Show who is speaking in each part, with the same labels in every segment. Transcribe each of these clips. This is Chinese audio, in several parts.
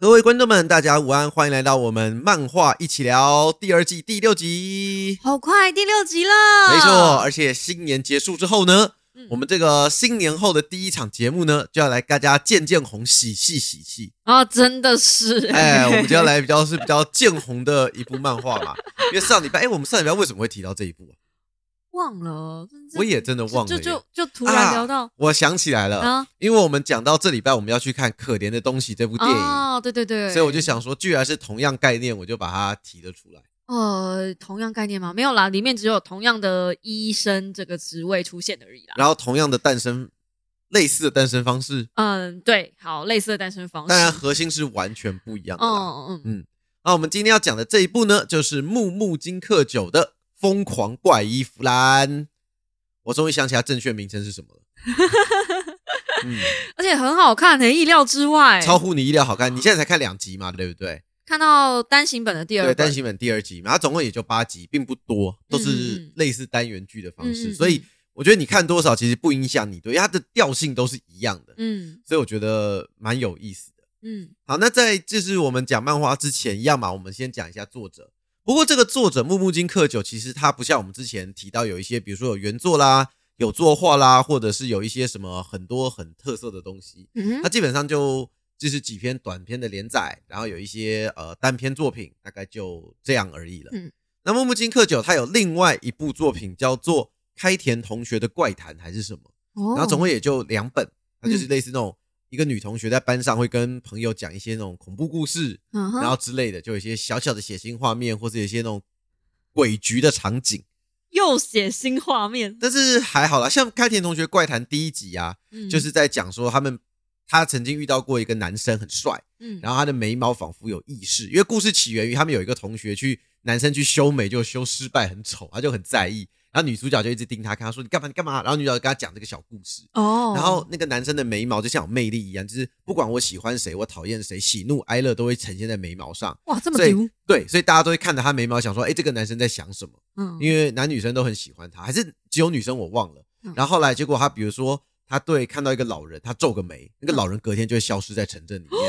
Speaker 1: 各位观众们，大家午安，欢迎来到我们漫画一起聊第二季第六集。
Speaker 2: 好快，第六集了，
Speaker 1: 没错，，而且新年结束之后呢，
Speaker 2: 啊嗯
Speaker 1: 我们这个新年后的第一场节目呢，就要来大家见见红，喜气喜气。
Speaker 2: 啊，真的是，
Speaker 1: 哎，我们就要来比较是比较见红的一部漫画嘛，因为上礼拜，哎，我们上礼拜为什么会提到这一部啊？
Speaker 2: 忘了，
Speaker 1: 我也真的忘了
Speaker 2: 就
Speaker 1: 耶
Speaker 2: 就就突然聊到
Speaker 1: 我想起来了，
Speaker 2: 啊，
Speaker 1: 因为我们讲到这礼拜我们要去看《可怜的东西》这部电影，
Speaker 2: 哦，对对对，
Speaker 1: 所以我就，想说，居然是同样概念，我就把它提了出来。
Speaker 2: 呃，同样概念吗？没有啦，里面只有同样的医生这个职位出现而已啦。
Speaker 1: 然后同样的诞生，类似的诞生方式，
Speaker 2: 嗯，对，好，类似的诞生方式，
Speaker 1: 当然核心是完全不一样的啦。
Speaker 2: 嗯嗯，
Speaker 1: 那我们今天要讲的这一部呢，就是木木金克久的《疯狂怪医弗兰》。我终于想起它正确名称是什么了。嗯，
Speaker 2: 而且很好看，很意料之外，
Speaker 1: 超乎你意料好看。你现在才看两集嘛，对不对？
Speaker 2: 看到单行本的第二
Speaker 1: 对，
Speaker 2: 本，嗯
Speaker 1: 单行本第二集嘛，它总共也就八集，并不多，都是类似单元剧的方式，
Speaker 2: 嗯嗯嗯
Speaker 1: 所以我觉得你看多少其实不影响你对因为它的调性都是一样的，
Speaker 2: 嗯
Speaker 1: 所以我觉得蛮有意思的。
Speaker 2: 嗯
Speaker 1: 好，那在就是我们讲漫画之前一样嘛，我们先讲一下作者。不过这个作者木木金克久，其实他不像我们之前提到有一些，比如说有原作啦、有作画啦，或者是有一些什么很多很特色的东西，
Speaker 2: 嗯
Speaker 1: 他
Speaker 2: 哼，
Speaker 1: 基本上就就是几篇短篇的连载，然后有一些呃单篇作品，大概就这样而已了。
Speaker 2: 嗯
Speaker 1: 那木木金克久他有另外一部作品叫做《开田同学的怪谈》还是什么？
Speaker 2: 然
Speaker 1: 然后总
Speaker 2: 哦
Speaker 1: 共也就两本，它
Speaker 2: 嗯
Speaker 1: 就是类似那种一个女同学在班上会跟朋友讲一些那种恐怖故事，
Speaker 2: 嗯哼
Speaker 1: 然后之类的，就有一些小小的血腥画面，或者有一些那种鬼局的场景。
Speaker 2: 又写新画面，
Speaker 1: 但是还好啦，像开田同学怪谈第一集啊，
Speaker 2: 嗯
Speaker 1: 就是在讲说他们他曾经遇到过一个男生很帅，
Speaker 2: 嗯，
Speaker 1: 然后他的眉毛仿佛有意识，因为故事起源于他们有一个同学去男生去修眉，就修失败，很丑，他就很在意。然后女主角就一直盯他看，他说你干嘛你干嘛？然后女主角就跟他讲这个小故事，
Speaker 2: 哦，
Speaker 1: 然后那个男生的眉毛就像有魅力一样，就是不管我喜欢谁，我讨厌谁，喜怒哀乐都会呈现在眉毛上。
Speaker 2: 哇，这么
Speaker 1: 所
Speaker 2: 丢
Speaker 1: 以，对，所以大家都会看着他眉毛，想说，哎，这个男生在想什么？
Speaker 2: 嗯，
Speaker 1: 因为男女生都很喜欢他，还是只有女生我忘了
Speaker 2: 嗯。
Speaker 1: 然后后来结果他，比如说他对看到一个老人，他皱个眉，那个
Speaker 2: 嗯
Speaker 1: 老人隔天就会消失在城镇里 面。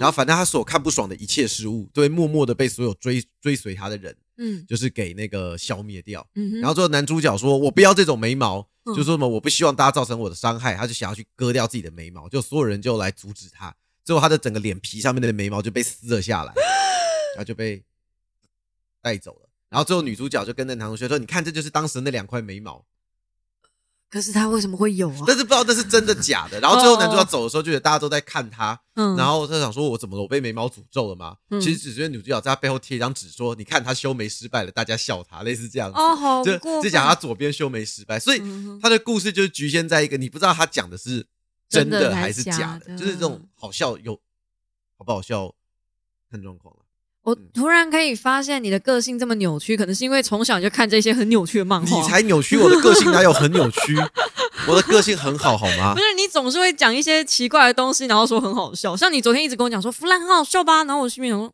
Speaker 1: 然后反正他所看不爽的一切事物，都会默默的被所有追追随他的人，
Speaker 2: 嗯
Speaker 1: 就是给那个消灭掉。
Speaker 2: 嗯哼，
Speaker 1: 然后最后男主角说：“我不要这种眉毛，
Speaker 2: 嗯
Speaker 1: 就说什么我不希望大家造成我的伤害。”他就想要去割掉自己的眉毛，就所有人就来阻止他。最后他的整个脸皮上面的眉毛就被撕了下来，然后就被带走了。然后最后女主角就跟那男同学说：“你看，这就是当时那两块眉毛。
Speaker 2: 可是他为什么会有”啊？
Speaker 1: 但是不知道这是真的假的。然后最后男主角走的时候，就觉得大家都在看他，
Speaker 2: 哦嗯
Speaker 1: 然后他想说：“我怎么了？我被眉毛诅咒了吗？”
Speaker 2: 嗯
Speaker 1: 其实只是女主角在他背后贴一张纸说：“你看他修眉失败了，大家笑他。”类似这样子。
Speaker 2: 哦，好
Speaker 1: 就
Speaker 2: 过
Speaker 1: 就
Speaker 2: 分
Speaker 1: 讲他左边修眉失败，所以
Speaker 2: 嗯哼
Speaker 1: 他的故事就是局限在一个你不知道他讲的是真
Speaker 2: 真
Speaker 1: 的
Speaker 2: 的
Speaker 1: 还是
Speaker 2: 还
Speaker 1: 假
Speaker 2: 假
Speaker 1: 的，
Speaker 2: 的
Speaker 1: 就是这种好笑有好不好笑看状况啊了。
Speaker 2: 我突然可以发现你的个性这么扭曲，可能是因为从小就看这些很扭曲的漫画。
Speaker 1: 你才扭曲，我的个性哪有很扭曲？我的个性很好，好吗
Speaker 2: 不？是你总是会讲一些奇怪的东西，然后说很好笑。像你昨天一直跟我讲说弗兰很好笑吧，然后我心里想说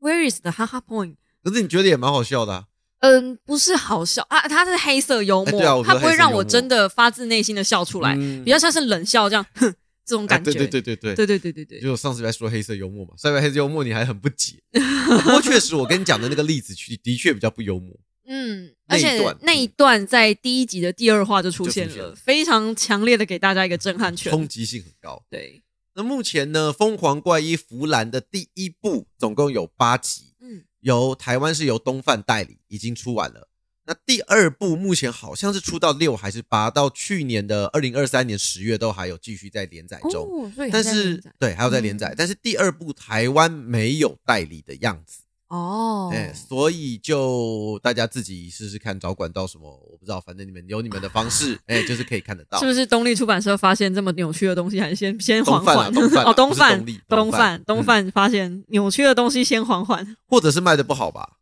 Speaker 2: Where is the 哈哈 point？
Speaker 1: 可是你觉得也蛮好笑的啊、
Speaker 2: 嗯，不是好笑啊，它是黑色幽
Speaker 1: 哎
Speaker 2: 默，
Speaker 1: 对啊我觉
Speaker 2: 它
Speaker 1: 得
Speaker 2: 不会让
Speaker 1: 黑色幽默
Speaker 2: 我真的发自内心的笑出来，
Speaker 1: 嗯
Speaker 2: 比较像是冷笑这样，哼，这种感觉。
Speaker 1: 哎对对对对对。
Speaker 2: 对对对对对
Speaker 1: 就我上次来说黑色幽默嘛，上面黑色幽默你还很不解，不过确实我跟你讲的那个例子，去的确比较不幽默。
Speaker 2: 嗯，
Speaker 1: 那
Speaker 2: 而
Speaker 1: 一
Speaker 2: 且
Speaker 1: 段
Speaker 2: 那一段在第一集的第二话就出
Speaker 1: 就出
Speaker 2: 现
Speaker 1: 现
Speaker 2: 了，
Speaker 1: 了
Speaker 2: 非常强烈的给大家一个震撼拳。
Speaker 1: 冲击性很高。
Speaker 2: 对，
Speaker 1: 那目前呢，《疯狂怪医弗兰》的第一部总共有八集，
Speaker 2: 嗯，
Speaker 1: 由台湾是由东贩代理，已经出完了。那第二部目前好像是出到六还是八，到去年的二零二三年十月都还有继续在连载中。
Speaker 2: 哦，所以还
Speaker 1: 但
Speaker 2: 在
Speaker 1: 是
Speaker 2: 连载
Speaker 1: 对，还有在连载，
Speaker 2: 嗯
Speaker 1: 但是第二部台湾没有代理的样子，
Speaker 2: 哦，
Speaker 1: 哎、所以就大家自己试试看，找管道什么，我不知道，反正你们有你们的方 式，哎、就是可以看得到。
Speaker 2: 是不是东立出版社发现这么扭曲的东西，还是先先缓缓？
Speaker 1: 东贩啊
Speaker 2: 哦，
Speaker 1: 东
Speaker 2: 东
Speaker 1: 贩啊
Speaker 2: 贩
Speaker 1: 不是东立，东
Speaker 2: 东
Speaker 1: 贩嗯
Speaker 2: 贩，东贩发现扭曲的东西先缓缓，
Speaker 1: 或者是卖的不好吧，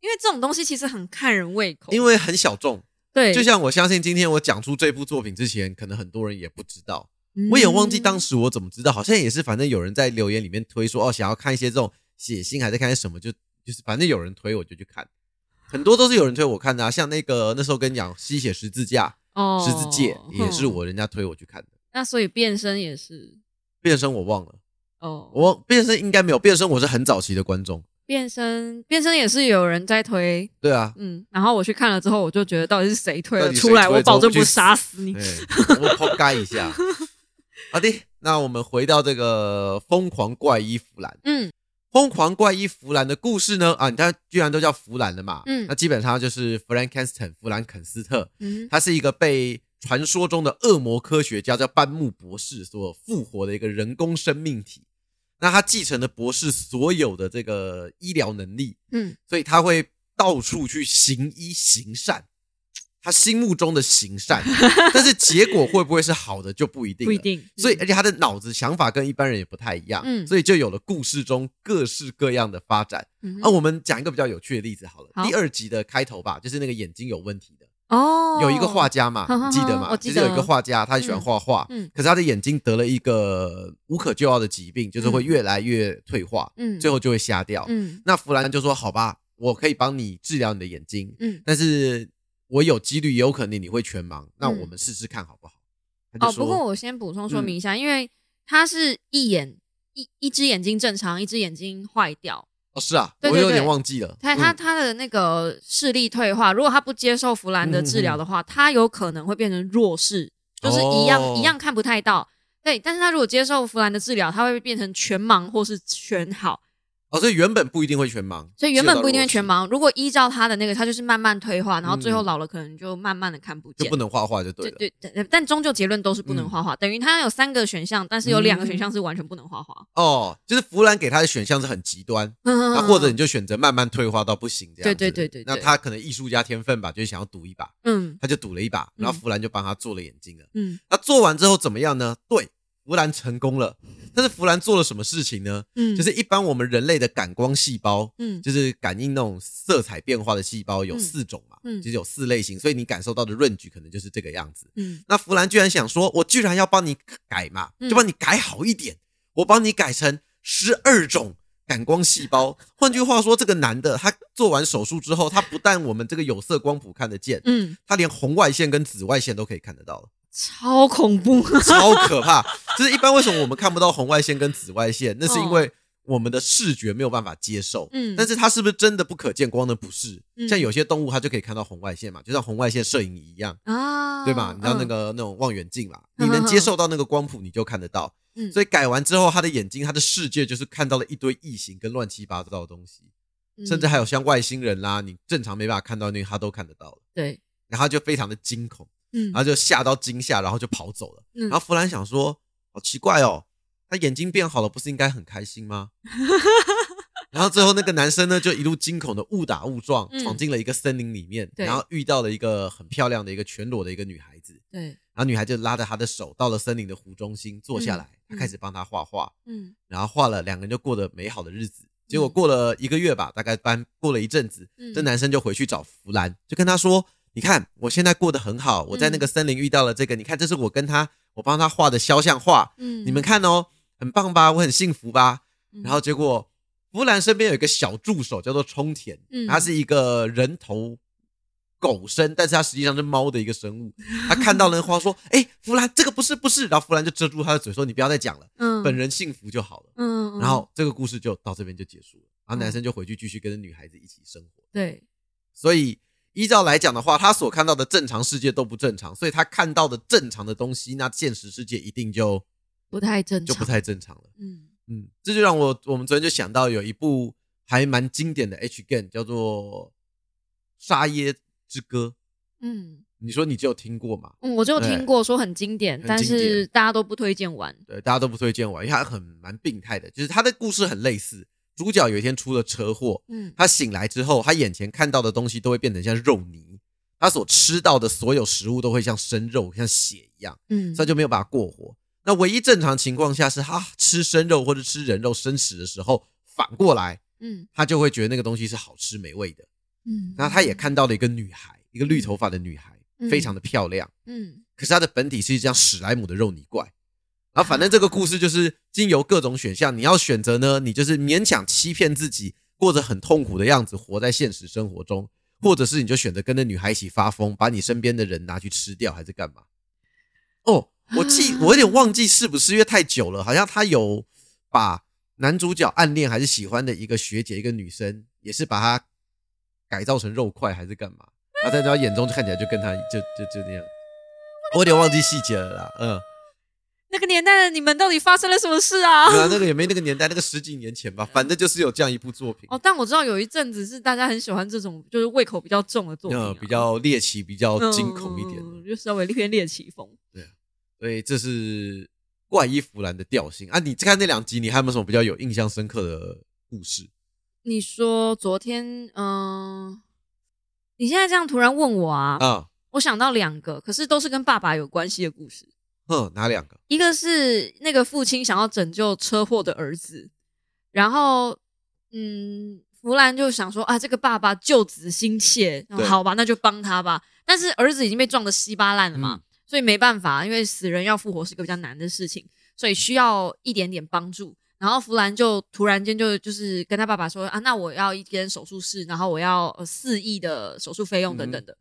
Speaker 2: 因为这种东西其实很看人胃口。
Speaker 1: 因为很小众。
Speaker 2: 哦对，
Speaker 1: 就像我相信今天我讲出这部作品之前，可能很多人也不知道，
Speaker 2: 嗯
Speaker 1: 我也忘记当时我怎么知道，好像也是反正有人在留言里面推说哦，想要看一些这种血腥，还在看些什么，就就是反正有人推我就去看，很多都是有人推我看的、啊，像那个那时候跟你讲吸血十字架、
Speaker 2: 哦，
Speaker 1: 十字戒也是
Speaker 2: 哼。
Speaker 1: 我人家推我去看的，
Speaker 2: 那所以变身也是，
Speaker 1: 变身我忘了，
Speaker 2: 哦，
Speaker 1: 我变身应该没有，变身我是很早期的观众。
Speaker 2: 变身变身也是有人在推，
Speaker 1: 对啊，
Speaker 2: 嗯，然后我去看了之后，我就觉得到底是谁推
Speaker 1: 到
Speaker 2: 了
Speaker 1: 底谁
Speaker 2: 出来，
Speaker 1: 推
Speaker 2: 我保
Speaker 1: 之
Speaker 2: 证
Speaker 1: 后
Speaker 2: 不
Speaker 1: 我去死
Speaker 2: 杀死你。
Speaker 1: 对，我抛盖一下。好的，那我们回到这个疯狂怪医弗兰。
Speaker 2: 嗯
Speaker 1: 疯狂怪医弗兰的故事呢？啊，它居然都叫弗兰了嘛？
Speaker 2: 嗯
Speaker 1: 那基本上就是弗兰肯斯坦，弗兰肯斯特，
Speaker 2: 嗯
Speaker 1: 他是一个被传说中的恶魔科学家叫班木博士所复活的一个人工生命体。那他继承了博士所有的这个医疗能力，
Speaker 2: 嗯
Speaker 1: 所以他会到处去行医行善，他心目中的行善，但是结果会不会是好的就不一定，
Speaker 2: 不一。定。
Speaker 1: 所以，
Speaker 2: 嗯
Speaker 1: 而且他的脑子想法跟一般人也不太一样，
Speaker 2: 嗯
Speaker 1: 所以就有了故事中各式各样的发展。
Speaker 2: 嗯
Speaker 1: 啊，我们讲一个比较有趣的例子好了，
Speaker 2: 好
Speaker 1: 第二集的开头吧，就是那个眼睛有问题的，
Speaker 2: 哦，
Speaker 1: 有一个画家 嘛，
Speaker 2: 哼哼
Speaker 1: 你记得
Speaker 2: 哼
Speaker 1: 吗？
Speaker 2: 我
Speaker 1: 就
Speaker 2: 记
Speaker 1: 是有一个
Speaker 2: 得
Speaker 1: 画家，他很喜欢
Speaker 2: 嗯
Speaker 1: 画画，
Speaker 2: 嗯
Speaker 1: 可是他的眼睛得了一个无可救药的疾病，就是会
Speaker 2: 嗯
Speaker 1: 越来越退化，
Speaker 2: 嗯，
Speaker 1: 最后就会瞎掉。
Speaker 2: 嗯
Speaker 1: 那弗兰就说：“好吧，我可以帮你治疗你的眼睛，
Speaker 2: 嗯
Speaker 1: 但是我有几率也有可能你会全盲，那我们试试看好不好？”他
Speaker 2: 嗯
Speaker 1: 就
Speaker 2: 哦，
Speaker 1: 说：“嗯
Speaker 2: 不过我先补充说明一下，因为他是一眼一一只眼睛正常，一只眼睛坏掉。
Speaker 1: 哦是啊，
Speaker 2: 对
Speaker 1: 我
Speaker 2: 对
Speaker 1: 有点
Speaker 2: 对
Speaker 1: 忘记了。
Speaker 2: 他他
Speaker 1: 嗯
Speaker 2: 他的那个视力退化，如果他不接受弗兰的治疗的话，他有可能会变成弱视，就是一样、
Speaker 1: 哦
Speaker 2: 一样看不太到。对，但是他如果接受弗兰的治疗，他会变成全盲或是全好，
Speaker 1: 哦，所以原本不一定会全盲，
Speaker 2: 所以原本不一定
Speaker 1: 是
Speaker 2: 会
Speaker 1: 有
Speaker 2: 全
Speaker 1: 到弱
Speaker 2: 盲。如果依照他的那个，他就是慢慢退化，然后最后
Speaker 1: 嗯
Speaker 2: 老了可能就慢慢的看不
Speaker 1: 视，
Speaker 2: 见
Speaker 1: 就不。能画画就对嗯
Speaker 2: 对
Speaker 1: 了。
Speaker 2: 对，但但终究结论都是不能画画，等于他有三个选项，但是有两个选项是
Speaker 1: 嗯
Speaker 2: 完全不能画画。
Speaker 1: 哦，就是弗兰给他的选项是很极端，
Speaker 2: 嗯，
Speaker 1: 那、或者你就选择慢慢退化到不行这样子。
Speaker 2: 对对对对对
Speaker 1: 那他可能艺术家天分吧，就是想要赌一把，
Speaker 2: 嗯
Speaker 1: 他就赌了一把，然后
Speaker 2: 嗯
Speaker 1: 弗兰就帮他做了眼睛了。
Speaker 2: 嗯
Speaker 1: 那做完之后怎么样呢？对，弗兰成功了。但是弗兰做了什么事情呢？
Speaker 2: 嗯，
Speaker 1: 就是一般我们人类的感光细胞，
Speaker 2: 嗯
Speaker 1: 就是感应那种色彩变化的细胞有
Speaker 2: 嗯
Speaker 1: 四种嘛，
Speaker 2: 嗯
Speaker 1: 就是有四类型，所以你感受到的 range 可能就是这个样子。
Speaker 2: 嗯
Speaker 1: 那弗兰居然想说，我居然要帮你改嘛，
Speaker 2: 嗯
Speaker 1: 就帮你改好一点，我帮你改成十二种。感光细胞，换句话说，这个男的他做完手术之后，他不但我们这个有色光谱看得见，
Speaker 2: 嗯，
Speaker 1: 他连红外线跟紫外线都可以看得到了。
Speaker 2: 超恐 怖。
Speaker 1: 超可怕。就是一般为什么我们看不到红外线跟紫外线，那是因为我们的视觉没有办法接受。
Speaker 2: 哦嗯
Speaker 1: 但是它是不是真的不可见光呢？不是，
Speaker 2: 嗯
Speaker 1: 像有些动物它就可以看到红外线嘛，就像红外线摄影仪一样，
Speaker 2: 啊，
Speaker 1: 对吧？你知道那
Speaker 2: 嗯，
Speaker 1: 个、那种望远镜嘛，
Speaker 2: 嗯
Speaker 1: 你能接受到那个光谱，你就看得到。
Speaker 2: 嗯
Speaker 1: 所以改完之后，他的眼睛，他的世界就是看到了一堆异形跟乱七八糟的东西，
Speaker 2: 嗯
Speaker 1: 甚至还有像外星人啦，你正常没办法看到的那个，他都看得到了。
Speaker 2: 对，
Speaker 1: 然后他就非常的惊恐。
Speaker 2: 嗯
Speaker 1: 然后就吓到惊吓，然后就跑走了。
Speaker 2: 嗯
Speaker 1: 然后弗兰想说，好奇怪哦，他眼睛变好了，不是应该很开心吗？ 然后最后那个男生呢，就一路惊恐的误打误撞，
Speaker 2: 嗯
Speaker 1: 闯进了一个森林里面，
Speaker 2: 对
Speaker 1: 然后遇到了一个很漂亮的一个全裸的一个女孩子，
Speaker 2: 对，
Speaker 1: 然后女孩就拉着他的手到了森林的湖中心坐下来，
Speaker 2: 嗯
Speaker 1: 他开始帮他画画，
Speaker 2: 嗯
Speaker 1: 然后画了，两个人就过着美好的日子。结果过了一个月吧，大概班过了一阵子，
Speaker 2: 嗯
Speaker 1: 这男生就回去找弗兰，就跟他说：“你看，我现在过得很好，我在
Speaker 2: 嗯
Speaker 1: 那个森林遇到了这个，你看，这是我跟他，我帮他画的肖像画，
Speaker 2: 嗯，
Speaker 1: 你们看哦，很棒吧？我很幸福吧？”
Speaker 2: 嗯，
Speaker 1: 然后结果弗兰身边有一个小助手叫做冲田，
Speaker 2: 嗯
Speaker 1: 他是一个人头狗身，但是他实际上是猫的一个生 物。他看到那花说：“哎、弗兰，这个不是不是。”然后弗兰就遮住他的嘴说：“你不要再讲了，
Speaker 2: 嗯
Speaker 1: 本人幸福就好了。”
Speaker 2: 嗯，嗯
Speaker 1: 然后这个故事就到这边就结束了，然后男
Speaker 2: 嗯
Speaker 1: 生就回去继续跟女孩子一起生活。
Speaker 2: 对，
Speaker 1: 所以依照来讲的话，他所看到的正常世界都不正常，所以他看到的正常的东西，那现实世界一定就
Speaker 2: 不太正常，
Speaker 1: 就不太正常了。
Speaker 2: 嗯
Speaker 1: 嗯，这就让我我们昨天就想到有一部还蛮经典的 H game 叫做《沙耶之歌》，
Speaker 2: 嗯
Speaker 1: 你说你只有听过嘛？
Speaker 2: 嗯，我就
Speaker 1: 对
Speaker 2: 听过说很经典，
Speaker 1: 很
Speaker 2: 但
Speaker 1: 经
Speaker 2: 是
Speaker 1: 典
Speaker 2: 大家都不推荐玩。
Speaker 1: 对，大家都不推荐我，因为它很蛮病态的，就是它的故事很类似。主角有一天出了车祸，
Speaker 2: 嗯
Speaker 1: 他醒来之后，他眼前看到的东西都会变成像肉泥，他所吃到的所有食物都会像生肉、像血一样，
Speaker 2: 嗯，
Speaker 1: 所以他就没有办法过活。那唯一正常情况下是他吃生肉或者吃人肉生食的时候，反过来
Speaker 2: 嗯
Speaker 1: 他就会觉得那个东西是好吃美味的。
Speaker 2: 嗯，
Speaker 1: 那他也看到了一个女孩，一个绿头发的女孩，
Speaker 2: 嗯
Speaker 1: 非常的漂亮，
Speaker 2: 嗯
Speaker 1: 可是她的本体是一张史莱姆的肉泥怪。然后反正这个故事就是经由各种选项，你要选择呢，你就是勉强欺骗自己，过着很痛苦的样子，活在现实生活中，或者是你就选择跟那女孩一起发疯，把你身边的人拿去吃掉，还是干嘛？哦，我记，我有点忘记是不是，因为太久了，好像他有把男主角暗恋还是喜欢的一个学姐，一个女生，也是把她改造成肉块还是干嘛，然后在他眼中就看起来就跟她就就就那样，我有点忘记细节了啦，嗯，
Speaker 2: 哦那个年代的你们到底发生了什么事 啊？
Speaker 1: 对啊，那个也没那个年代，那个十几年前吧，反正就是有这样一部作品，
Speaker 2: 哦，但我知道有一阵子是大家很喜欢这种就是胃口比较重的作品啊、
Speaker 1: 嗯，比较猎奇，比较
Speaker 2: 嗯
Speaker 1: 惊恐一点的，
Speaker 2: 嗯嗯就稍微偏猎奇风。
Speaker 1: 所以这是怪医弗兰的调性啊。你看那两集，你还有没有什么比较有印象深刻的故事？
Speaker 2: 你说昨天，嗯、你现在这样突然问我啊，
Speaker 1: 啊，
Speaker 2: 我想到两个，可是都是跟爸爸有关系的故事。
Speaker 1: 哼，哪两个？
Speaker 2: 一个是那个父亲想要拯救车祸的儿子，然后嗯，弗兰就想说啊，这个爸爸救子心切，
Speaker 1: 对
Speaker 2: 好吧，那就帮他吧。但是儿子已经被撞得稀巴烂了嘛，
Speaker 1: 嗯
Speaker 2: 所以没办法，因为死人要复活是个比较难的事情，所以需要一点点帮助。然后弗兰就突然间就就是跟他爸爸说啊，那我要一间手术室，然后我要呃四亿的手术费用等
Speaker 1: 嗯
Speaker 2: 等的。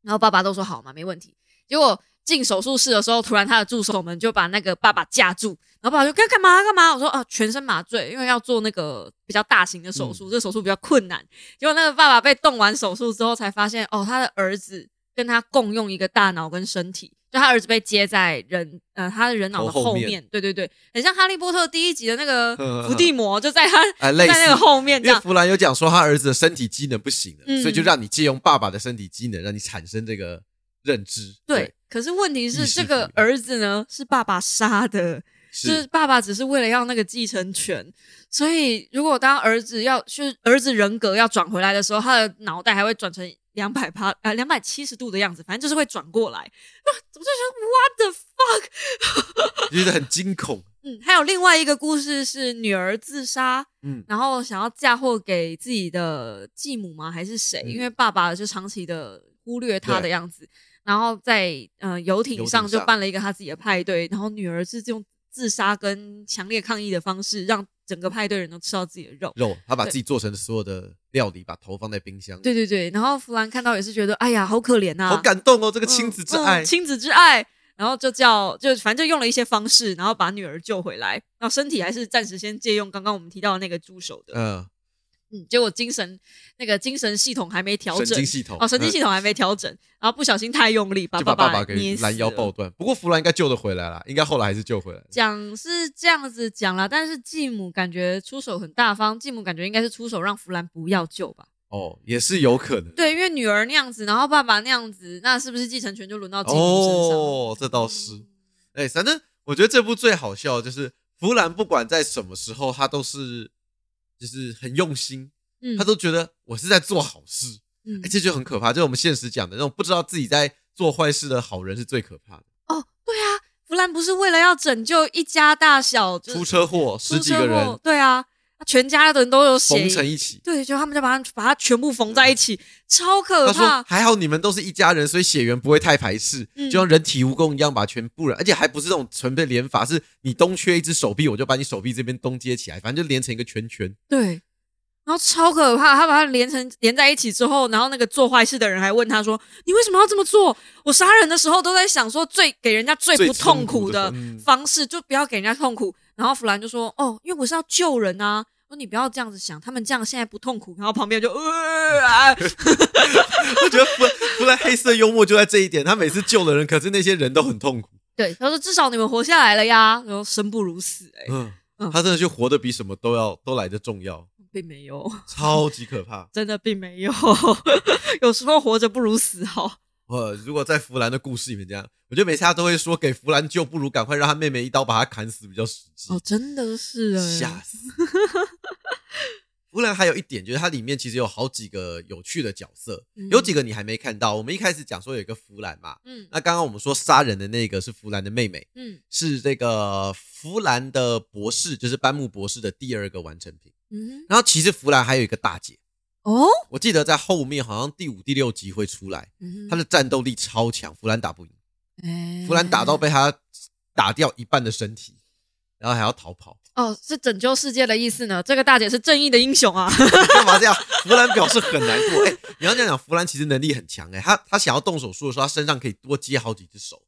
Speaker 2: 然后爸爸都说好嘛，没问题。结果进手术室的时候，突然他的助手们就把那个爸爸架住，然后爸爸就干干嘛干嘛？我说啊，全身麻醉，因为要做那个比较大型的手
Speaker 1: 嗯
Speaker 2: 术，这手术比较困难。结果那个爸爸被动完手术之后，才发现哦，他的儿子跟他共用一个大脑跟身体，就他儿子被接在人呃他的人脑的
Speaker 1: 头后
Speaker 2: 后
Speaker 1: 面
Speaker 2: 对对对，很像《哈利波特》第一集的那个
Speaker 1: 呵呵
Speaker 2: 伏地魔，就在他
Speaker 1: 哎，
Speaker 2: 在
Speaker 1: 类似
Speaker 2: 那个后面这
Speaker 1: 因为
Speaker 2: 样。
Speaker 1: 弗兰有讲说他儿子的身体机能不行了，
Speaker 2: 嗯
Speaker 1: 所以就让你借用爸爸的身体机能，让你产生这个认知。
Speaker 2: 对，，可是问题
Speaker 1: 意
Speaker 2: 是，
Speaker 1: 识
Speaker 2: 这个
Speaker 1: 不一样
Speaker 2: 儿子呢是爸爸杀的，就是
Speaker 1: 是
Speaker 2: 爸爸只是为了要那个继承权，所以如果当儿子要就是儿子人格要转回来的时候，他的脑袋还会转成两百八呃两百七十度的样子，反正就是会转过来。啊、怎么就觉得 what the fuck？
Speaker 1: 就是很惊恐。
Speaker 2: 嗯，还有另外一个故事是女儿自杀，
Speaker 1: 嗯，
Speaker 2: 然后想要嫁祸给自己的继母吗？还是谁？
Speaker 1: 嗯
Speaker 2: 因为爸爸就长期的忽略她的
Speaker 1: 对
Speaker 2: 样子，然后在呃游艇
Speaker 1: 游
Speaker 2: 上
Speaker 1: 艇
Speaker 2: 就
Speaker 1: 上
Speaker 2: 办了一个他自己的派对，然后女儿是用自杀跟强烈抗议的方式，让整个派对人都吃到自己的肉。
Speaker 1: 肉，他把
Speaker 2: 对
Speaker 1: 自己做成所有的料理，把头放在冰箱。
Speaker 2: 对，对对，然后弗兰看到也是觉得，哎呀，好可怜呐、
Speaker 1: 好感动哦，这个
Speaker 2: 嗯
Speaker 1: 亲子之
Speaker 2: 嗯
Speaker 1: 爱。
Speaker 2: 亲子之爱。然后就叫，就反正就用了一些方式，然后把女儿救回来，然后身体还是暂时先借用刚刚我们提到的那个猪手的，
Speaker 1: 嗯，
Speaker 2: 嗯，结果精神那个精神系统还没调
Speaker 1: 嗯神
Speaker 2: 整，
Speaker 1: 经系统
Speaker 2: 哦，神经系
Speaker 1: 嗯
Speaker 2: 统还没调整，然后不小心太用力，把
Speaker 1: 就把
Speaker 2: 爸
Speaker 1: 爸爸给
Speaker 2: 捏死
Speaker 1: 拦腰
Speaker 2: 了
Speaker 1: 抱断。不过弗兰应该救得回来啦，应该后来还是救回来了。
Speaker 2: 讲是这样子讲啦，但是继母感觉出手很大方，继母感觉应该是出手让弗兰不要救吧？
Speaker 1: 哦，也是有可能。
Speaker 2: 对，因为女儿那样子，然后爸爸那样子，那是不是继承权就轮到继母身上？
Speaker 1: 哦，这倒是。哎、反正我觉得这部最好笑的就是弗兰，不管在什么时候，他都是就是很用心，
Speaker 2: 嗯，
Speaker 1: 他都觉得我是在做好事，
Speaker 2: 嗯
Speaker 1: 哎、这就很可怕。就是我们现实讲的那种不知道自己在做坏事的好人是最可怕的。
Speaker 2: 哦，对啊，弗兰不是为了要拯救一家大小，就是
Speaker 1: 出车祸，十
Speaker 2: 出
Speaker 1: 几个
Speaker 2: 车
Speaker 1: 人
Speaker 2: 祸，对啊，全家的人都有
Speaker 1: 缝
Speaker 2: 血
Speaker 1: 成一起。
Speaker 2: 对，就他们就把它把它全部缝在一起，超可
Speaker 1: 他说
Speaker 2: 怕：“。
Speaker 1: 还好你们都是一家人，所以血缘不会太排斥，
Speaker 2: 嗯
Speaker 1: 就像人体蜈蚣一样把全部人，而且还不是那种纯被连法，是你东缺一只手臂，我就把你手臂这边东接起来，反正就连成一个圈圈。
Speaker 2: 对，然后超可怕，他把它连成连在一起之后，然后那个做坏事的人还问他说：“你为什么要这么做？我杀人的时候都在想说最给人家最
Speaker 1: 最
Speaker 2: 不
Speaker 1: 痛
Speaker 2: 痛
Speaker 1: 苦
Speaker 2: 苦
Speaker 1: 的
Speaker 2: 的
Speaker 1: 方嗯
Speaker 2: 方式，就不要给人家痛苦。”然后弗兰就说：“哦，因为我是要救人啊。”我说你不要这样子想，他们这样现在不痛苦，然后旁边就呃啊，
Speaker 1: 我觉得弗弗兰黑色幽默就在这一点，他每次救了人，可是那些人都很痛苦。
Speaker 2: 对，他说至少你们活下来了呀，然后生不如死、哎、
Speaker 1: 嗯
Speaker 2: 嗯，
Speaker 1: 他真的就活得比什么都要都来得重要，
Speaker 2: 并没有，
Speaker 1: 超级可怕。
Speaker 2: 真的并没有， 有时候活着不如死哦好。
Speaker 1: 呃，如果在弗兰的故事里面这样，我觉得每次他都会说给弗兰救，不如赶快让他妹妹一刀把他砍死比较实际
Speaker 2: 哦，。真的是哎、
Speaker 1: 吓死！弗兰还有一点就是它里面其实有好几个有趣的角色，
Speaker 2: 嗯
Speaker 1: 有几个你还没看到。我们一开始讲说有一个弗兰嘛，
Speaker 2: 嗯
Speaker 1: 那刚刚我们说杀人的那个是弗兰的妹妹，
Speaker 2: 嗯
Speaker 1: 是这个弗兰的博士，就是班木博士的第二个完成品。
Speaker 2: 嗯，
Speaker 1: 然后其实弗兰还有一个大姐，
Speaker 2: 哦，
Speaker 1: 我记得在后面好像第五、第六集会出来，
Speaker 2: 嗯
Speaker 1: 她的战斗力超强，弗兰打不赢，
Speaker 2: 哎
Speaker 1: 弗兰打到被她打掉一半的身体，然后还要逃跑。
Speaker 2: 哦，是拯救世界的意思呢。这个大姐是正义的英雄啊。
Speaker 1: 干嘛这样？弗兰表示很难过。哎、你要这样讲，弗兰其实能力很强哎、他他想要动手术的时候，他身上可以多接好几只手，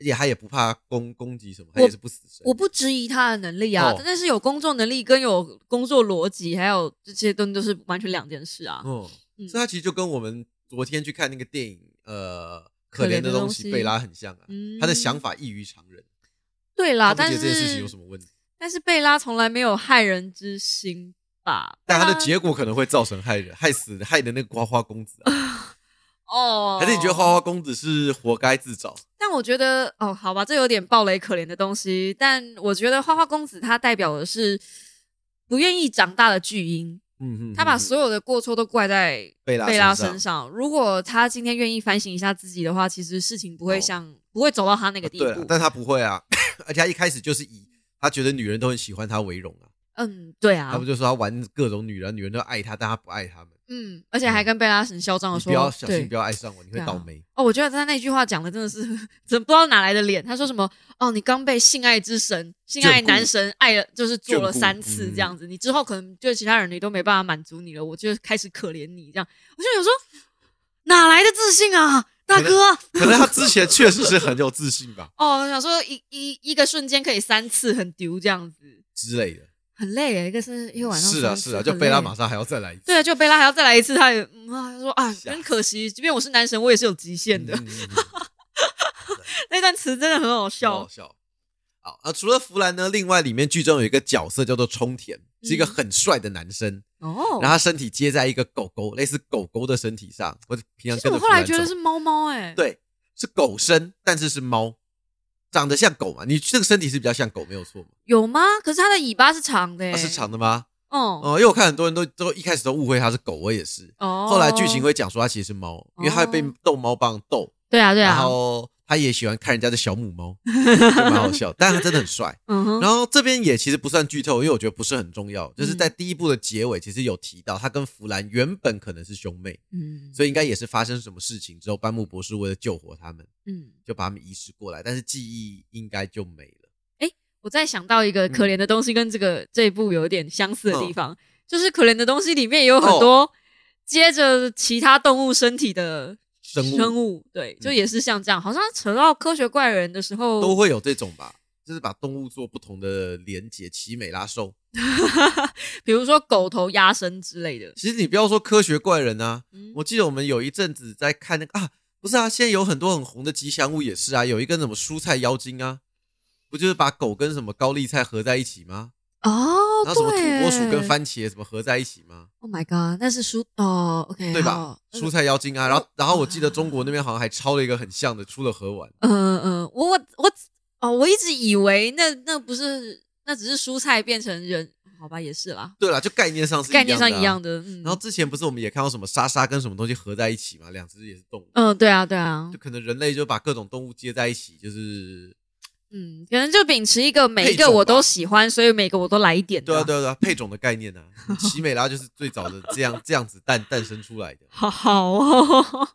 Speaker 1: 而且他也不怕攻攻击什么，他也是不死神。
Speaker 2: 我不质疑他的能力啊，
Speaker 1: 哦
Speaker 2: 但是有工作能力跟有工作逻辑，还有这些东西都是完全两件事啊。
Speaker 1: 哦，
Speaker 2: 嗯
Speaker 1: 所以他其实就跟我们昨天去看那个电影，呃，
Speaker 2: 可
Speaker 1: 可
Speaker 2: 怜
Speaker 1: 怜
Speaker 2: 的
Speaker 1: 的
Speaker 2: 东
Speaker 1: 东
Speaker 2: 西
Speaker 1: 西贝拉很像啊，
Speaker 2: 嗯
Speaker 1: 他的想法异于常人。
Speaker 2: 对啦，
Speaker 1: 他
Speaker 2: 但
Speaker 1: 不觉
Speaker 2: 是
Speaker 1: 得这件事情有什么 问题？
Speaker 2: 但是贝拉从来没有害人之心吧？
Speaker 1: 但他的
Speaker 2: 贝拉
Speaker 1: 结果可能会造成害人、害死、害的那个花花公子、啊，
Speaker 2: 哦，
Speaker 1: 还是你觉得花花公子是活该自找？
Speaker 2: 但我觉得哦，好吧，这有点暴雷可怜的东西。但我觉得花花公子他代表的是不愿意长大的巨婴，
Speaker 1: 嗯嗯，
Speaker 2: 他把
Speaker 1: 嗯
Speaker 2: 所有的过错都怪在
Speaker 1: 贝拉
Speaker 2: 贝拉
Speaker 1: 身
Speaker 2: 身上。如果他今天愿意反省一下自己的话，其实事情不会
Speaker 1: 哦
Speaker 2: 像、不会走到他那个地
Speaker 1: 对
Speaker 2: 步
Speaker 1: 了，。但他不会啊， 而且他一开始就是以他觉得女人都很喜欢他为荣啊，
Speaker 2: 嗯，对啊
Speaker 1: 他不，就说他玩各种女人，女人都爱他，但他不爱他们，
Speaker 2: 嗯，而且还跟贝拉很嚣张的
Speaker 1: 你
Speaker 2: 哦说，
Speaker 1: 不要小
Speaker 2: 对
Speaker 1: 心不要爱上我，你会
Speaker 2: 对啊
Speaker 1: 倒霉。
Speaker 2: 哦，我觉得他那句话讲的真的是真不知道哪来的脸。他说什么？哦，你刚被性爱之神、性爱男神爱了，就是做了
Speaker 1: 眷顾嗯
Speaker 2: 三次这样子，你之后可能对其他人你都没办法满足你了，我就开始可怜你这样。我就有时候哪来的自信啊，大哥？
Speaker 1: 可能他之前确实是很有自信吧
Speaker 2: 哦，我想说一一一个瞬间可以三次，很丢这样子，
Speaker 1: 之类 的。
Speaker 2: 很累耶，一个是一个晚上
Speaker 1: 是啊
Speaker 2: 三次
Speaker 1: 是啊，
Speaker 2: 很
Speaker 1: 就贝拉
Speaker 2: 累
Speaker 1: 马上还要再来一次。
Speaker 2: 对啊，就贝拉还要再来一次，他也嗯，他说啊，
Speaker 1: 吓
Speaker 2: 很可惜，即便我是男神，我也是有极限的。
Speaker 1: 嗯，嗯嗯嗯
Speaker 2: 那段词真的很好笑
Speaker 1: 好好笑。好啊，除了弗兰呢，另外里面剧中有一个角色叫做冲田，是一个很帅的男生，
Speaker 2: 嗯哦。
Speaker 1: 然后他身体接在一个狗狗类似狗狗的身体上，我平常
Speaker 2: 其实
Speaker 1: 跟
Speaker 2: 我
Speaker 1: 着
Speaker 2: 后来
Speaker 1: 弗兰
Speaker 2: 觉得
Speaker 1: 走
Speaker 2: 是猫猫哎、
Speaker 1: 对，是狗身，但是是猫，长得像狗嘛？你这个身体是比较像狗，没有错嘛？
Speaker 2: 有吗？可是它的尾巴是长的、欸，
Speaker 1: 它是长的吗？
Speaker 2: 哦
Speaker 1: 哦、因为我看很多人都都一开始都误会它是狗，我也是。
Speaker 2: 哦。
Speaker 1: 后来剧情会讲说它其实是猫，因为它被
Speaker 2: 哦
Speaker 1: 逗猫棒逗，
Speaker 2: 对啊对
Speaker 1: 然
Speaker 2: 啊，
Speaker 1: 后它也喜欢看人家的小母猫， 就蛮好笑。但它真的很帅。
Speaker 2: 嗯哼，
Speaker 1: 然后这边也其实不算剧透，因为我觉得不是很重要。就是在
Speaker 2: 嗯
Speaker 1: 第一部的结尾，其实有提到它跟弗兰原本可能是兄妹，
Speaker 2: 嗯
Speaker 1: 所以应该也是发生什么事情之后，班木博士为了救活他们，
Speaker 2: 嗯，
Speaker 1: 就把他们移植过来，但是记忆应该就没了。
Speaker 2: 我再想到一
Speaker 1: 嗯
Speaker 2: 个可怜的东西，跟这个、这一部有点相似的地方，就是可怜的东西里面也有
Speaker 1: 哦
Speaker 2: 很多接着其他动物身体的
Speaker 1: 生物嗯
Speaker 2: 对，就也是像这样，好像扯到科学怪人的时候，
Speaker 1: 都会有这种吧，就是把动物做不同的连接，奇美拉兽。
Speaker 2: 比如说狗头压身之类的。
Speaker 1: 其实你不要说科学怪人啊，
Speaker 2: 嗯
Speaker 1: 我记得我们有一阵子在看那个啊，不是啊，现在有很多很红的吉祥物也是啊，有一个什么蔬菜妖精啊，不就是把狗跟什么高丽菜合在一起吗？
Speaker 2: 哦，
Speaker 1: 然后什么土
Speaker 2: 对
Speaker 1: 拨鼠跟
Speaker 2: 耶
Speaker 1: 番茄什么合在一起吗？
Speaker 2: Oh my god，那是蔬哦，OK，
Speaker 1: 对吧
Speaker 2: 好？
Speaker 1: 蔬菜妖精啊，
Speaker 2: 哦
Speaker 1: 然后然后我记得中国那边好像还抄了一个很像的，出了盒玩。
Speaker 2: 嗯嗯，我我我哦，我一直以为那那不是那只是蔬菜变成人，好吧，也是啦，
Speaker 1: 对啦，就概念上是
Speaker 2: 概念上
Speaker 1: 的啊
Speaker 2: 一样的。嗯，
Speaker 1: 然后之前不是我们也看到什么莎莎跟什么东西合在一起嘛，两只也是动物，
Speaker 2: 嗯，对啊对啊
Speaker 1: 就，可能人类就把各种动物接在一起，就是
Speaker 2: 嗯，可能就秉持一个每一
Speaker 1: 配
Speaker 2: 个
Speaker 1: 种
Speaker 2: 我
Speaker 1: 吧
Speaker 2: 都喜欢，所以每个我都来一点的。
Speaker 1: 对啊对啊对啊配种的概念啊。奇美拉就是最早的这样这样子诞诞生出来的。
Speaker 2: 好好哦，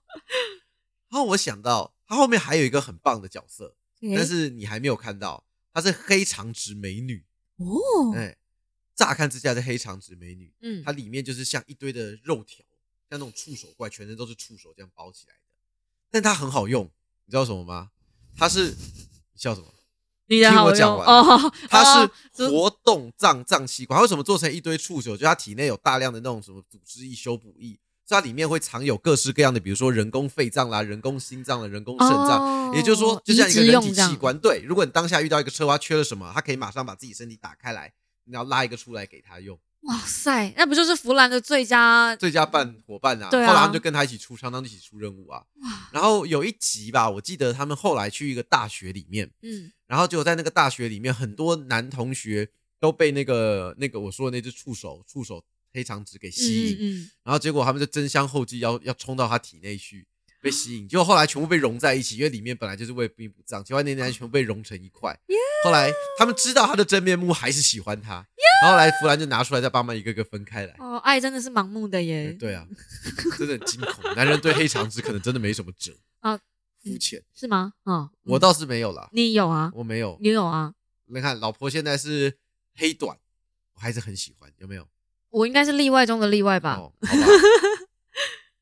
Speaker 1: 然后我想到它后面还有一个很棒的角色，但
Speaker 2: 诶
Speaker 1: 是你还没有看到，她是黑长直美女，
Speaker 2: 哦，
Speaker 1: 哎，乍看之下是黑长直美女，
Speaker 2: 嗯
Speaker 1: 它，里面就是像一堆的肉条，像那种触手怪，全身都是触手这样包起来的。但它很好用，你知道什么吗？它是你笑什么？
Speaker 2: 你的
Speaker 1: 听
Speaker 2: 好
Speaker 1: 我讲
Speaker 2: 用
Speaker 1: 完
Speaker 2: 哦，
Speaker 1: 它
Speaker 2: 哦
Speaker 1: 是活动脏脏器官，它为什么做成一堆触手？就它体内有大量的那种什么组织液、修补液，所以它里面会藏有各式各样的，比如说人工肺脏啦、人工心脏啦、人工肾脏。
Speaker 2: 哦
Speaker 1: 也就是说，就像一个
Speaker 2: 移植
Speaker 1: 人
Speaker 2: 用
Speaker 1: 体
Speaker 2: 这样
Speaker 1: 器官，对，如果你当下遇到一个车祸它缺了什么，它可以马上把自己身体打开来，你要拉一个出来给它用。
Speaker 2: 哇塞，那不就是弗兰的最佳？
Speaker 1: 最佳伴伙伴啊，
Speaker 2: 对啊
Speaker 1: 后来他们就跟他一起出商，他们一起出任务啊。然后有一集吧，我记得他们后来去一个大学里面，
Speaker 2: 嗯，
Speaker 1: 然后就在那个大学里面，很多男同学都被那个那个我说的那只触手触手黑长直给吸引，
Speaker 2: 嗯嗯
Speaker 1: 然后结果他们就争相后继要要冲到他体内去。被吸引，结果后来全部被融在一起，因为里面本来就是胃病不脏，结果那男全部被融成一 块。后来他们知道他的真面目，还是喜欢他。然后后来弗兰就拿出来，再帮忙一个个分开来。
Speaker 2: 嗯，哦，爱真的是盲目的
Speaker 1: 哎
Speaker 2: 耶。
Speaker 1: 对啊，真的很惊恐。男人对黑长直可能真的没什么辙
Speaker 2: 啊，
Speaker 1: 肤浅。
Speaker 2: 是吗？嗯，
Speaker 1: 我倒是没有啦，
Speaker 2: 你有啊，
Speaker 1: 我没有。
Speaker 2: 你有啊，
Speaker 1: 你看，老婆现在是黑短，我还是很喜欢，有没哦有？
Speaker 2: 我应该是例外中的例外吧。
Speaker 1: 哦，好吧。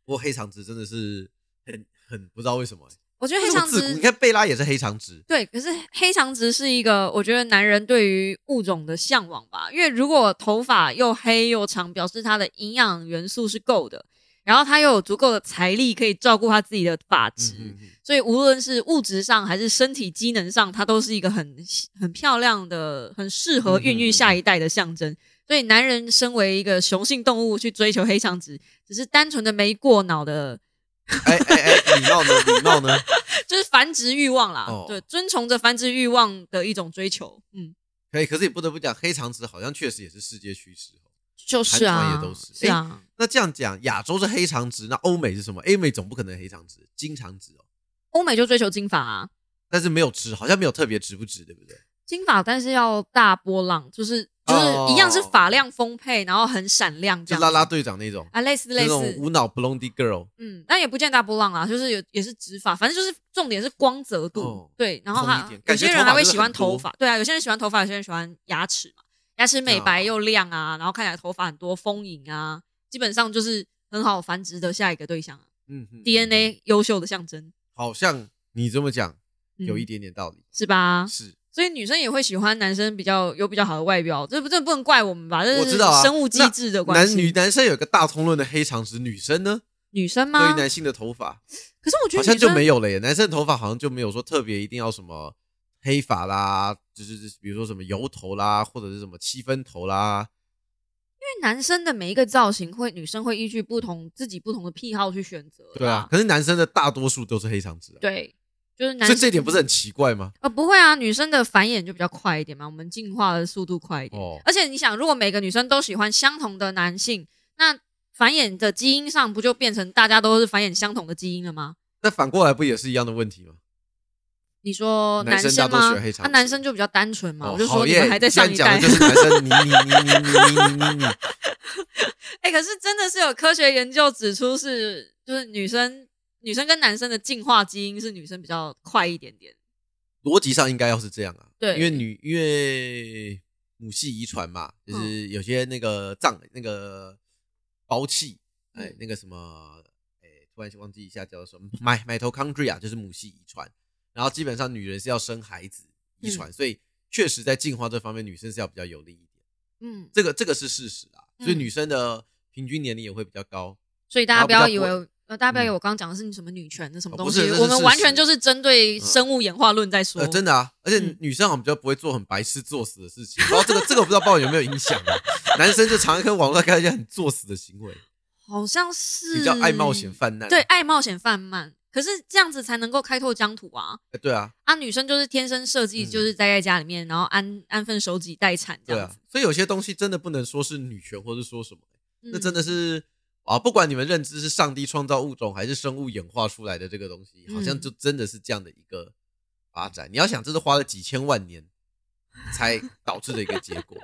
Speaker 1: 不过黑长直真的是很很不知道为什么欸、
Speaker 2: 我觉得 黑
Speaker 1: 这么
Speaker 2: 长
Speaker 1: 自古，
Speaker 2: 直
Speaker 1: 你看贝拉也是黑长直，
Speaker 2: 对，可是黑长直是一个我觉得男人对于物种的向往吧，因为如果头发又黑又长，表示他的营养元素是够的，然后他又有足够的财力可以照顾他自己的发质，
Speaker 1: 嗯嗯嗯
Speaker 2: 所以无论是物质上还是身体机能上，它都是一个很很漂亮的、很适合孕
Speaker 1: 嗯
Speaker 2: 育下一代的象征。所以男人身为一个雄性动物去追求黑长直，只是单纯的没过脑的
Speaker 1: 哎哎哎，礼貌呢？礼貌呢？
Speaker 2: 就是繁殖欲望啦，
Speaker 1: 哦
Speaker 2: 对，遵从着繁殖欲望的一种追求，嗯，
Speaker 1: 可以，可是也不得不讲，黑长直好像确实也是世界趋势。
Speaker 2: 就
Speaker 1: 韩团也都是
Speaker 2: 是啊，
Speaker 1: 那这样讲，亚洲是黑长直，那欧美是什么？欧美总不可能黑长直，金长直哦，
Speaker 2: 欧美就追求金发啊，
Speaker 1: 但是没有直，好像没有特别直不直，对不对？
Speaker 2: 金发，但是要大波浪，就是
Speaker 1: 哦
Speaker 2: 就是一样是发量丰沛，然后很闪亮
Speaker 1: 就
Speaker 2: 这样子，
Speaker 1: 啦啦队长那种，
Speaker 2: 啊，类似
Speaker 1: 那
Speaker 2: 类
Speaker 1: 种
Speaker 2: 似，
Speaker 1: 无脑 blondie girl，
Speaker 2: 嗯，但也不见大波浪啊，就是有也是直发，反正就是重点是光泽度，
Speaker 1: 哦
Speaker 2: 对，然后
Speaker 1: 重一
Speaker 2: 还
Speaker 1: 点
Speaker 2: 有
Speaker 1: 感觉
Speaker 2: 些人还会喜欢
Speaker 1: 头发就是很
Speaker 2: 头
Speaker 1: 多
Speaker 2: 发，对啊，有些人喜欢头发，有些人喜欢牙齿嘛，牙齿美白
Speaker 1: 哦
Speaker 2: 又亮啊，然后看起来头发很多丰盈啊，基本上就是很好繁殖的下一个对象啊。
Speaker 1: 嗯哼
Speaker 2: DNA 优秀的象征，
Speaker 1: 好像你这么讲
Speaker 2: 嗯
Speaker 1: 有一点点道理，
Speaker 2: 是吧？
Speaker 1: 是
Speaker 2: 所以女生也会喜欢男生比较有比较好的外表，这不这不能怪我们吧？这
Speaker 1: 我
Speaker 2: 是
Speaker 1: 知道啊
Speaker 2: 生物机制的关
Speaker 1: 男
Speaker 2: 系。
Speaker 1: 女男生有个大通论的黑长直，女生呢，
Speaker 2: 女生
Speaker 1: 对
Speaker 2: 吗
Speaker 1: 于？男性的头发
Speaker 2: 可是我觉
Speaker 1: 好
Speaker 2: 得
Speaker 1: 像
Speaker 2: 女
Speaker 1: 就
Speaker 2: 生
Speaker 1: 没有了耶，男生的头发好像就没有说特别一定要什么黑发啦，就是比如说什么油头啦，或者是什么七分头啦，
Speaker 2: 因为男生的每一个造型会，女生会依据不同自己不同的癖好去选择啦。
Speaker 1: 对啊，可是男生的大多数都是黑长直啊，
Speaker 2: 对，就是男
Speaker 1: 所
Speaker 2: 生
Speaker 1: 以这一点不是很奇怪吗？
Speaker 2: 呃不会啊，女生的繁衍就比较快一点嘛，我们进化的速度快一点。
Speaker 1: 哦，
Speaker 2: 而且你想，如果每个女生都喜欢相同的男性，那繁衍的基因上不就变成大家都是繁衍相同的基因了吗？
Speaker 1: 那反过来不也是一样的问题吗？
Speaker 2: 你说
Speaker 1: 男生
Speaker 2: 生
Speaker 1: 大多
Speaker 2: 吗
Speaker 1: 喜欢黑？长
Speaker 2: 那
Speaker 1: 直
Speaker 2: 男生就比较单纯嘛。
Speaker 1: 哦
Speaker 2: 我就
Speaker 1: 好
Speaker 2: 说你
Speaker 1: 耶
Speaker 2: 们还在上
Speaker 1: 你
Speaker 2: 一
Speaker 1: 现在讲
Speaker 2: 代
Speaker 1: 的。就是男生，你你你你你你你你，
Speaker 2: 哎、可是真的是有科学研究指出是，就是女生女生跟男生的进化基因是女生比较快一点点。
Speaker 1: 逻辑上应该要是这样啊，
Speaker 2: 对
Speaker 1: 因为女因为母系遗传嘛，
Speaker 2: 嗯
Speaker 1: 就是有些那个脏那个胞器，哎
Speaker 2: 嗯，
Speaker 1: 那个什么，哎，突然忘记一下叫什么，my mitochondria 啊就是母系遗传，然后基本上女人是要生孩子遗传，所以确实在进化这方面，女生是要比较有利一点，
Speaker 2: 嗯，
Speaker 1: 这个这个是事实啊，所以
Speaker 2: 嗯
Speaker 1: 女生的平均年龄也会比较高，
Speaker 2: 所以大家不
Speaker 1: 然后
Speaker 2: 要
Speaker 1: 比
Speaker 2: 以
Speaker 1: 较
Speaker 2: 为
Speaker 1: 不嗯
Speaker 2: 呃，大家不要以为我刚刚讲的是什么女权的什么
Speaker 1: 哦
Speaker 2: 东
Speaker 1: 不
Speaker 2: 西，
Speaker 1: 是这是
Speaker 2: 我们
Speaker 1: 事
Speaker 2: 完
Speaker 1: 实嗯
Speaker 2: 全就是针对生物演化论在说。
Speaker 1: 呃，真的啊，而且
Speaker 2: 嗯
Speaker 1: 女生好像比较不会做很白痴作死的事情，然后这个这个我不知道报有没有影响啊。男生就常常跟网络上看到一些很作死的行为，
Speaker 2: 好像是
Speaker 1: 比较爱冒险，犯难。
Speaker 2: 嗯对，爱冒险泛滥。可是这样子才能够开拓疆土啊！
Speaker 1: 呃对啊，
Speaker 2: 啊，女生就是天生设计，
Speaker 1: 嗯
Speaker 2: 就是待在家里面，然后安安分守己待产这
Speaker 1: 对
Speaker 2: 样
Speaker 1: 啊
Speaker 2: 子。，
Speaker 1: 所以有些东西真的不能说是女权，或是说什么，那真的
Speaker 2: 嗯
Speaker 1: 是啊，不管你们认知是上帝创造物种，还是生物演化出来的这个东西，好像
Speaker 2: 嗯
Speaker 1: 就真的是这样的一个发展。你要想，这是花了几千万年才导致的一个结果。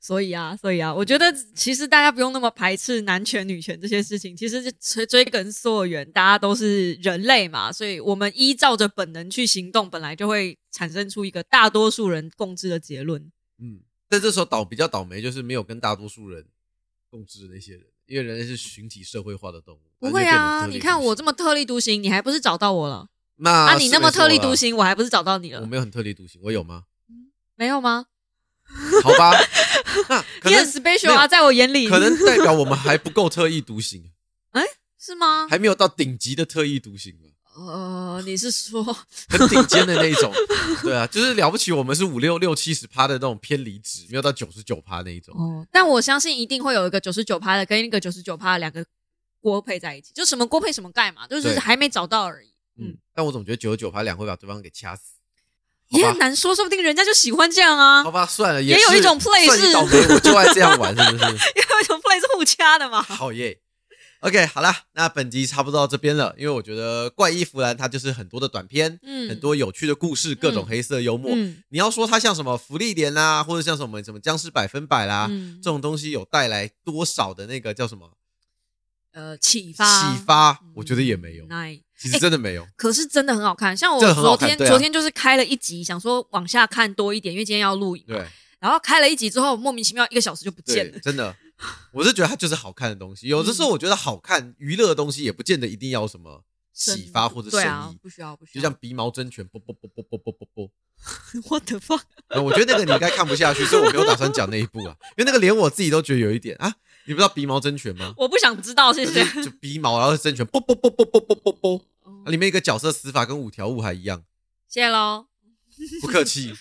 Speaker 2: 所以啊，所以啊，我觉得其实大家不用那么排斥男权、女权这些事情，其实就追追根溯源，大家都是人类嘛，所以我们依照着本能去行动，本来就会产生出一个大多数人共知的结论。
Speaker 1: 嗯，但这时候倒比较倒霉，就是没有跟大多数人共治的那些人，因为人类是群体社会化的动物。
Speaker 2: 不会啊，你看我这
Speaker 1: 么，
Speaker 2: 么特立独行，你还不是找到我了？
Speaker 1: 那
Speaker 2: 啊，你那么特立独
Speaker 1: 是
Speaker 2: 行，我还不是找到你
Speaker 1: 没错啦，我
Speaker 2: 了？
Speaker 1: 没有很特立独行，我有吗？
Speaker 2: 没有吗？
Speaker 1: 好吧， 那可
Speaker 2: 你很
Speaker 1: 能
Speaker 2: special
Speaker 1: 没
Speaker 2: 啊，
Speaker 1: 有
Speaker 2: 在我眼里，
Speaker 1: 可能代表我们还不够特立独 行，
Speaker 2: 是吗？
Speaker 1: 还没有到顶级的特立独行吧，
Speaker 2: 呃，你 是说
Speaker 1: 很顶尖的那 一种。对啊，就是了不起，我们是五六六七十趴的那种偏离值，没有到九十九趴那一种。
Speaker 2: 哦，但我相信一定会有一个九十九趴的跟一个九十九趴两个锅配在一起，就什么锅配什么盖嘛，就是
Speaker 1: 对
Speaker 2: 还没找到而已。
Speaker 1: 嗯，但我总觉得九十九趴两会把对方给掐死。好
Speaker 2: 也
Speaker 1: 吧
Speaker 2: 很难说，说不定人家就喜欢这样啊，
Speaker 1: 好吧，算了，
Speaker 2: 也有
Speaker 1: 是
Speaker 2: 一种 play
Speaker 1: 算你
Speaker 2: 是
Speaker 1: 倒霉，我就爱这样玩，是不是？
Speaker 2: 因为什么 play 是互掐的嘛。
Speaker 1: 好耶。OK，好啦，那本集差不多到这边了，因为我觉得怪医弗兰它就是很多的短片，
Speaker 2: 嗯
Speaker 1: 很多有趣的故事，各种黑色幽默。
Speaker 2: 嗯
Speaker 1: 你要说它像什么福利连啦、或者像什么什么僵尸百分百啦、
Speaker 2: 嗯
Speaker 1: 啊这种东西，有带来多少的那个叫什么
Speaker 2: 呃，启
Speaker 1: 启
Speaker 2: 发，
Speaker 1: 发？
Speaker 2: 嗯
Speaker 1: 我觉得也没有，
Speaker 2: 那
Speaker 1: 其实真的没有。
Speaker 2: 可是真的很好看，像我
Speaker 1: 这很好
Speaker 2: 昨
Speaker 1: 看
Speaker 2: 天
Speaker 1: 对啊
Speaker 2: 昨天就是开了一集，想说往下看多一点，因为今天要录影嘛。
Speaker 1: 对
Speaker 2: 然后开了一集之后，莫名其妙一个小时就不见了
Speaker 1: 对，。真的，我是觉得它就是好看的东西。有的时候我觉得好看娱乐的东西也不见得一定要什么启发或者
Speaker 2: 对啊
Speaker 1: 生，意，
Speaker 2: 不需要不需
Speaker 1: 就
Speaker 2: 要，
Speaker 1: 像 鼻毛真拳，啵啵啵�啵啵啵啵啵。
Speaker 2: 我的 fuck，
Speaker 1: 呃我觉得那个你应该看不下去，所以我没有打算讲那一部啊，因为那个连我自己都觉得有一点啊，你不知道鼻毛真拳吗？
Speaker 2: 我不想知道，谢
Speaker 1: 就
Speaker 2: 谢。
Speaker 1: 是就啊鼻毛，然后是真拳，啵啵啵啵啵啵啵啵，
Speaker 2: 哦
Speaker 1: 啊里面一个角色死法跟五条悟还一样，
Speaker 2: 谢喽。
Speaker 1: 不客气。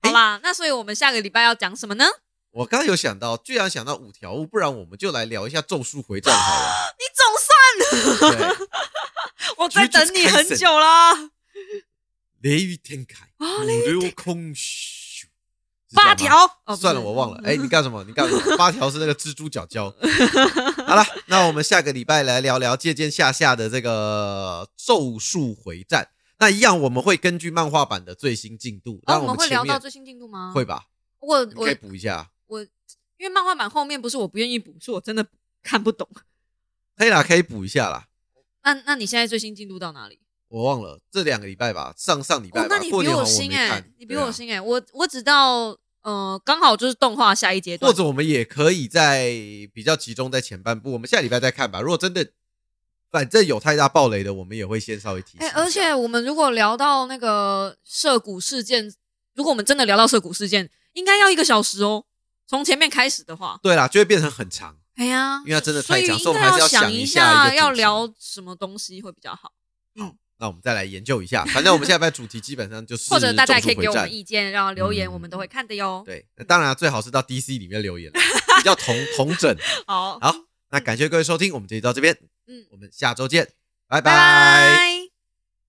Speaker 1: 哎
Speaker 2: 好啦，那所以我们下个礼拜要讲什么呢？你
Speaker 1: 我刚刚有想到，居然想到五条悟，不然我们就来聊一下《咒术回战》好了。
Speaker 2: 总
Speaker 1: 对，
Speaker 2: 算我在等你很久啦，
Speaker 1: 雷哦雨天凯，
Speaker 2: 啊
Speaker 1: 五流空虚，是这样吗
Speaker 2: 八条。哦
Speaker 1: 算了，我忘了。哎、你干什么？你干什么？八条是那个蜘蛛脚胶。 好了，那我们下个礼拜来聊聊借鉴下下的这个《咒术回战》。那一样，我们会根据漫画版的最新进度，
Speaker 2: 哦，
Speaker 1: 那
Speaker 2: 我们会
Speaker 1: 前
Speaker 2: 聊到
Speaker 1: 面
Speaker 2: 最新进度吗？
Speaker 1: 会。吧？
Speaker 2: 我
Speaker 1: 你
Speaker 2: 我
Speaker 1: 可以补一下。
Speaker 2: 我，因为漫画版后面不是我不愿意补，是我真的 看不懂。
Speaker 1: 可以啦，可以补一下啦。
Speaker 2: 那那你现在最新进度到哪里？
Speaker 1: 我忘了这两个礼拜吧，上上礼
Speaker 2: 哦
Speaker 1: 拜，吧。
Speaker 2: 那你
Speaker 1: 过
Speaker 2: 比
Speaker 1: 年好
Speaker 2: 我
Speaker 1: 像
Speaker 2: 新
Speaker 1: 没
Speaker 2: 哎、
Speaker 1: 看
Speaker 2: 你比
Speaker 1: 对
Speaker 2: 我
Speaker 1: 啊
Speaker 2: 新哎、我我只到呃刚好就是动画下一阶段，
Speaker 1: 或者我们也可以在比较集中在前半部，我们下礼拜再看吧。如果真的，反正有太大暴雷的，我们也会先稍微提醒
Speaker 2: 哎、
Speaker 1: 一下。
Speaker 2: 而且我们如果聊到那个涉谷事件，如果我们真的聊到涉谷事件，应该要一个小时哦。从前面开始的话，
Speaker 1: 对啦，就会变成很长，
Speaker 2: 哎呀，
Speaker 1: 因为它真的
Speaker 2: 所
Speaker 1: 太
Speaker 2: 以
Speaker 1: 长，所
Speaker 2: 应
Speaker 1: 以我们
Speaker 2: 该
Speaker 1: 还是
Speaker 2: 要
Speaker 1: 想
Speaker 2: 一
Speaker 1: 下一个主题
Speaker 2: 要。聊什么东西会比较好，
Speaker 1: 那我们再来研究一下，反正我们下 礼拜主题基本上就是
Speaker 2: 或者大家也
Speaker 1: 咒术
Speaker 2: 可以给我
Speaker 1: 回
Speaker 2: 们
Speaker 1: 战
Speaker 2: 意见，然后留言，
Speaker 1: 嗯
Speaker 2: 我们都会看的哟。
Speaker 1: 对，那当然啊最好是到 DC 里面留言啦，比较同同整。
Speaker 2: 好，
Speaker 1: 好，那感谢各位收听，我们这集到这边，
Speaker 2: 嗯，
Speaker 1: 我们下周见，拜拜
Speaker 2: 拜拜。